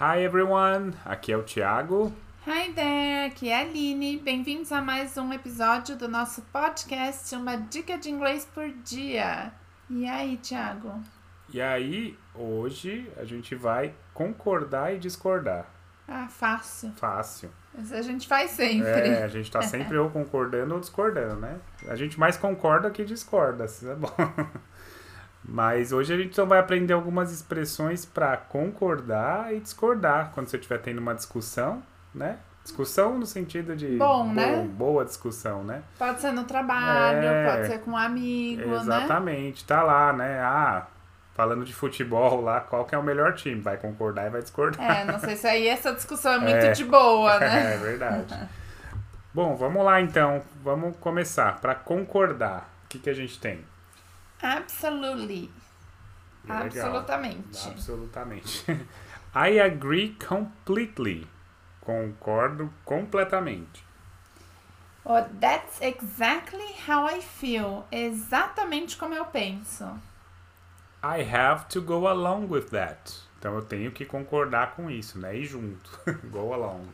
Hi everyone, aqui é o Thiago. Hi there, aqui é a Aline. Bem-vindos a mais um episódio do nosso podcast Uma Dica de Inglês por Dia. E aí, Thiago? E aí, hoje a gente vai concordar e discordar. Ah, fácil. Fácil. Isso a gente faz sempre. É, a gente tá sempre ou concordando ou discordando, né? A gente mais concorda que discorda, isso é bom. Mas hoje a gente então vai aprender algumas expressões para concordar e discordar quando você estiver tendo uma discussão, né? Discussão no sentido de Bom, né? boa discussão, né? Pode ser no trabalho, É. pode ser com um amigo, né? Exatamente, tá lá, né? Ah, falando de futebol lá, qual que é o melhor time? Vai concordar e vai discordar. É, não sei se aí essa discussão é muito É. de boa, né? É verdade. Bom, vamos lá então. Vamos começar. Para concordar, o que, que a gente tem? Absolutely. Legal. Absolutamente. Absolutamente. I agree completely. Concordo completamente. Oh, that's exactly how I feel. Exatamente como eu penso. I have to go along with that. Então eu tenho que concordar com isso, né? Ir junto. go along.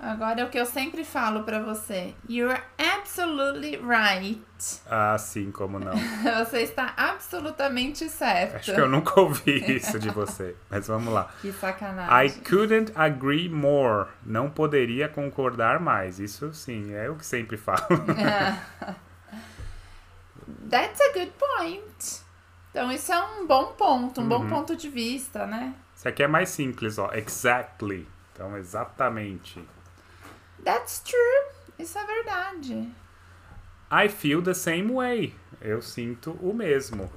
Agora é o que eu sempre falo pra você. You're absolutely right. Assim como não. Você está absolutamente certo. Acho que eu nunca ouvi isso de você. Mas vamos lá. Que I sacanagem. couldn't agree more. Não poderia concordar mais. Isso sim, é o que sempre falo. That's a good point. Então isso é um bom ponto, um Uhum. bom ponto de vista, né? Isso aqui é mais simples, ó. Exactly. Então, exatamente. That's true. Isso é verdade. I feel the same way. Eu sinto o mesmo.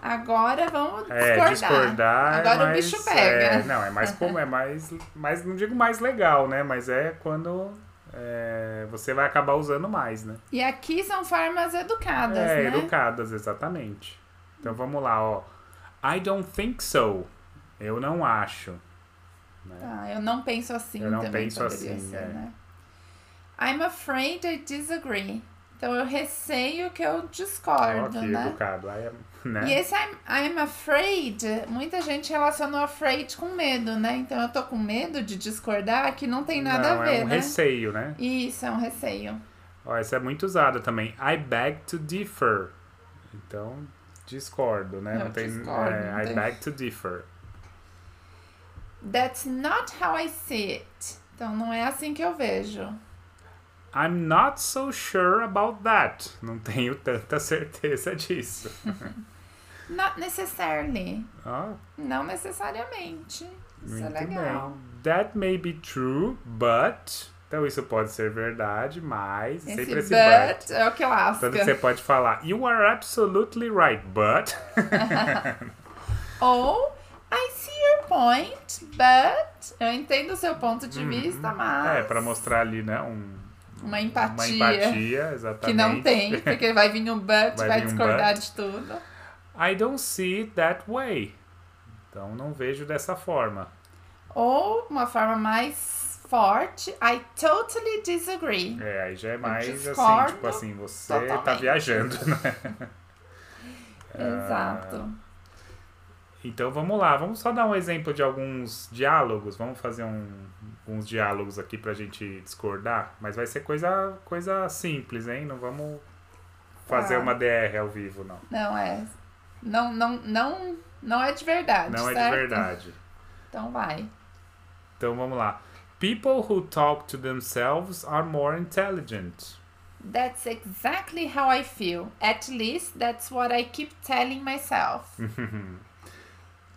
Agora vamos É, discordar. discordar. é Agora o mais- bicho pega. é, não, é mais como é mais, mais. Não digo mais legal, né? Mas é quando é, você vai acabar usando mais, né? E aqui são formas educadas, é, né? educadas, exatamente. Então vamos lá, ó. I don't think so. Eu não acho. Né? Ah, eu não penso assim Eu não também penso poderia assim, ser, é. né? I'm afraid I disagree. Então eu receio que eu Ó, discordo, que né? educado. I am- né? E esse I'm, I'm afraid, muita gente relacionou afraid com medo, né? Então eu tô com medo de discordar que não tem nada não, a ver, é um né? receio, né? Isso, é um receio. Ó, essa é muito usada também. I beg to differ. Então, discordo, né? Eu não tem, discordo, é, não I tem. beg to differ. That's not how I see it. Então não é assim que eu vejo. I'm not so sure about that. Não tenho tanta certeza disso. Not necessarily. Ó, Não necessariamente. Isso muito é legal. bem. That may be true, but. Então, isso pode ser verdade, mas. Esse sempre esse but. but é o que lasca. Tanto que você pode falar, you are absolutely right, but. Ou I see your point, but eu entendo o seu ponto de vista, mas É, pra mostrar ali, né? um- uma empatia, Uma empatia, exatamente. que não tem, porque vai vir um but, Vai vai, vir um discordar de tudo. I don't see it that way. Então não vejo dessa forma. Ou uma forma mais forte, I totally disagree. É, aí já é mais assim, discordo tipo assim, você tá totalmente. viajando, né? É. Exato. Então vamos lá, vamos só dar um exemplo de alguns diálogos. Vamos fazer um, uns diálogos aqui pra gente discordar, mas vai ser coisa, coisa simples, hein? Não vamos fazer Tá. uma DR ao vivo, não. Não é. Não, não, não, não é de verdade. Não é certo? de verdade. Então vai. Então vamos lá. People who talk to themselves are more intelligent. That's exactly how I feel. At least that's what I keep telling myself.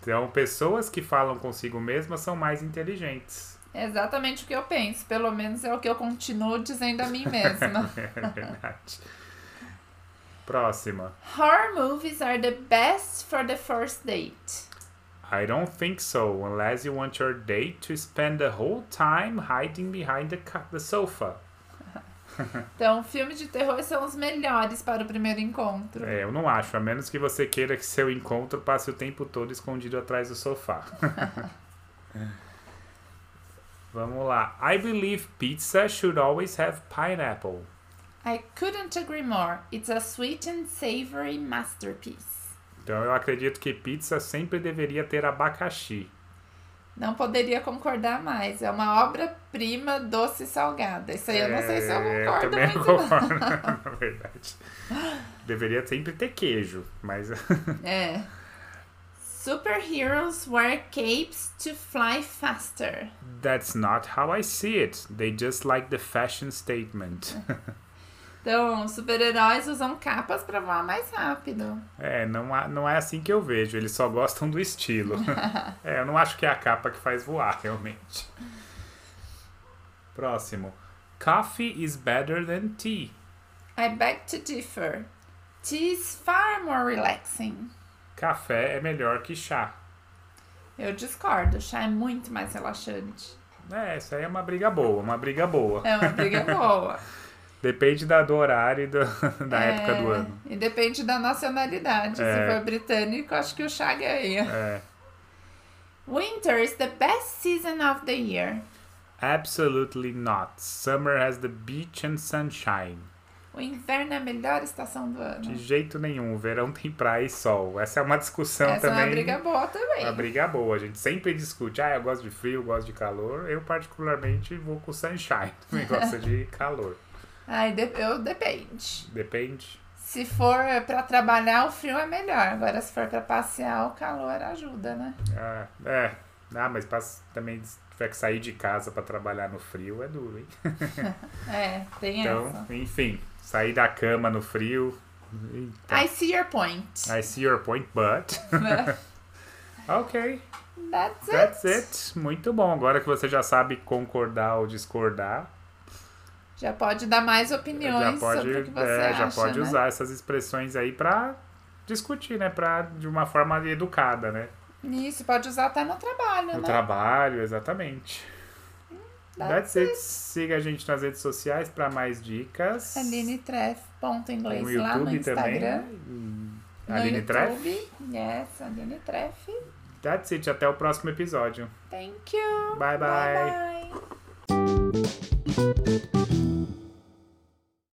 Então, pessoas que falam consigo mesmas são mais inteligentes. É Exatamente o que eu penso, pelo menos é o que eu continuo dizendo a mim mesma. É verdade. Próxima. Horror movies are the best for the first date. I don't think so, unless you want your date to spend the whole time hiding behind the, ca- the sofa. Então, filmes de terror são os melhores para o primeiro encontro. É, eu não acho, a menos que você queira que seu encontro passe o tempo todo escondido atrás do sofá. Vamos lá. I believe pizza should always have pineapple. I couldn't agree more. It's a sweet and savory masterpiece. Então eu acredito que pizza sempre deveria ter abacaxi. Não poderia concordar mais. É uma obra-prima doce e salgada. Isso aí eu não sei se eu É, concordo, também mas concordo, na verdade. Deveria sempre ter queijo, mas É. Superheroes wear capes to fly faster. that's not how I see it. They just like the fashion statement. Então, super-heróis usam capas pra voar mais rápido. É, não, há- não é assim que eu vejo, eles só gostam do estilo. é, eu não acho que é a capa que faz voar, realmente. Próximo. Coffee is better than tea. I beg to differ. Tea is far more relaxing. Café é melhor que chá. Eu discordo, chá é muito mais relaxante. É, isso aí é uma briga boa, uma briga boa. É uma briga boa. Depende da, do horário e do- da É, época do ano. E depende da nacionalidade. É. Se for britânico, acho que o chá ganha. É. Winter is the best season of the year. Absolutely not. Summer has the beach and sunshine. O inverno é a melhor estação do ano. De jeito nenhum, o verão tem praia e sol. Essa é uma discussão Essa também. é uma briga boa também. Uma briga boa, a gente sempre discute. Ah, eu gosto de frio, eu gosto de calor. Eu, particularmente, vou com sunshine. Eu gosto de calor. Ai, de- eu depende. Depende. Se for pra trabalhar, o frio é melhor. Agora, se for pra passear, o calor ajuda, né? Ah, é. Ah, mas passa- também se tiver que sair de casa pra trabalhar no frio, é duro, hein? É, tem Então, essa. enfim, sair da cama no frio. Eita. I see your point. Né? I see your point, but. ok, That's it. that's it. Muito bom. Agora que você já sabe concordar ou discordar, Já pode dar mais opiniões já pode, sobre o que você é, acha, já pode né? usar essas expressões aí pra discutir, né? Pra, de uma forma educada, né? Isso, pode usar até no trabalho, No né? trabalho, exatamente. That's That's it. Siga a gente nas redes sociais pra mais dicas. Aline Treff, ponto inglês no lá no YouTube também. Instagram. né? Aline no Treff. YouTube. Yes, Aline Treff. That's it. Até o próximo episódio. Thank you. Bye, bye. bye.